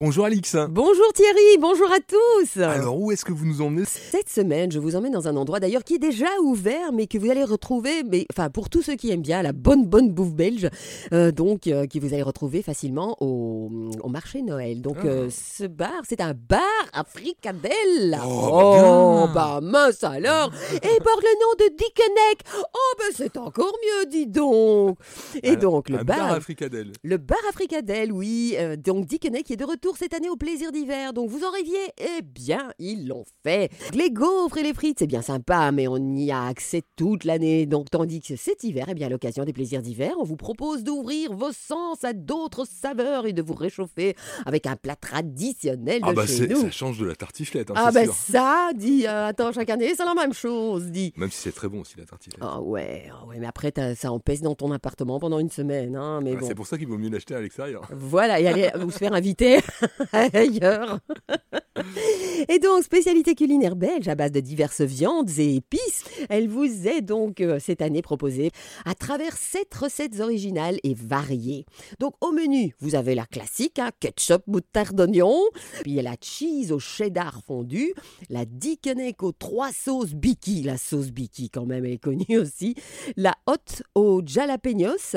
Bonjour Alix. Bonjour Thierry, bonjour à tous Alors où est-ce que vous nous emmenez Cette semaine, je vous emmène dans un endroit d'ailleurs qui est déjà ouvert, mais que vous allez retrouver, mais enfin pour tous ceux qui aiment bien la bonne bonne bouffe belge, euh, donc euh, qui vous allez retrouver facilement au, au marché Noël. Donc Ah. euh, ce bar, c'est un bar à fricadelle. Oh, bien. bah mince alors Et porte le nom de Dickeneck. Oh bah c'est encore mieux, dis donc. Et Alors, donc le Un bar bar à fricadelle. le bar à fricadelle, oui. Euh, donc Dickeneck est de retour cette année au plaisir d'hiver. Donc vous en rêviez Eh bien, ils l'ont fait. Les gaufres et les frites, c'est bien sympa, mais on y a accès toute l'année. Donc tandis que cet hiver, eh bien, à l'occasion des plaisirs d'hiver, on vous propose d'ouvrir vos sens à d'autres saveurs et de vous réchauffer avec un plat traditionnel de Ah bah Eh ben, chez c'est- nous. ça change de la tartiflette, hein, ah c'est bah sûr. ça, dit. euh, attends, chaque année, c'est la même chose, dit. Même si c'est très bon aussi la tartiflette. Ah ouais, ah ouais, mais après, t'as- ça empêche dans ton appartement pendant une semaine. Hein, mais Ah, bon. C'est pour ça qu'il vaut mieux l'acheter à l'extérieur. Voilà, et allez vous se faire inviter ailleurs. Et donc, spécialité culinaire belge à base de diverses viandes et épices, elle vous est donc euh, cette année proposée à travers sept recettes originales et variées. Donc, au menu, vous avez la classique, hein, ketchup, moutarde, oignon, puis il y a la cheese au cheddar fondu, la Dickeneck aux trois sauces Biki, la sauce Biki quand même, elle est connue aussi, la hotte aux jalapenos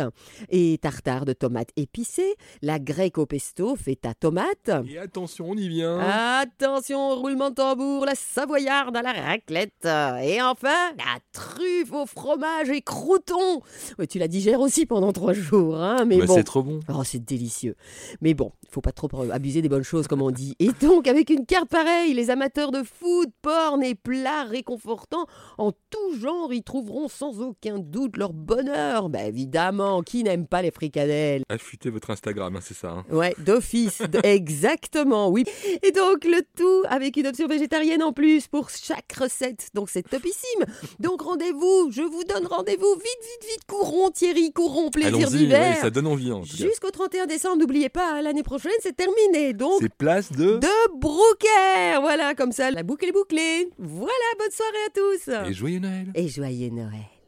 et tartare de tomates épicées, la grecque au pesto, feta tomate. Et attention, on y vient. Ah, Attention, roulement de tambour, la savoyarde à la raclette. euh, Et enfin, la truffe au fromage et croûtons. Ouais, Tu la digères aussi pendant trois jours, hein, mais Bah, bon. C'est trop bon. Oh, c'est délicieux. Mais bon, faut pas trop euh, abuser des bonnes choses, comme on dit. Et donc, avec une carte pareille, les amateurs de food, porn et plats réconfortants en tout genre y trouveront sans aucun doute leur bonheur. Bah, évidemment, qui n'aime pas les fricadelles Affûtez votre Instagram, hein, c'est ça. hein. Ouais, d'office, de- exactement, oui. Et donc, le tout avec une option végétarienne en plus pour chaque recette. Donc, c'est topissime. Donc, rendez-vous, je vous donne rendez-vous. Vite, vite, vite, courons, Thierry, courons, plaisir Allons-y, d'hiver. ouais, ça donne envie en tout cas. Jusqu'au 31 décembre, n'oubliez pas, hein, l'année prochaine, c'est terminé. Donc, C'est place de... de Brooker Voilà, comme ça, la boucle est bouclée. Voilà, bonne soirée à tous Et joyeux Noël Et joyeux Noël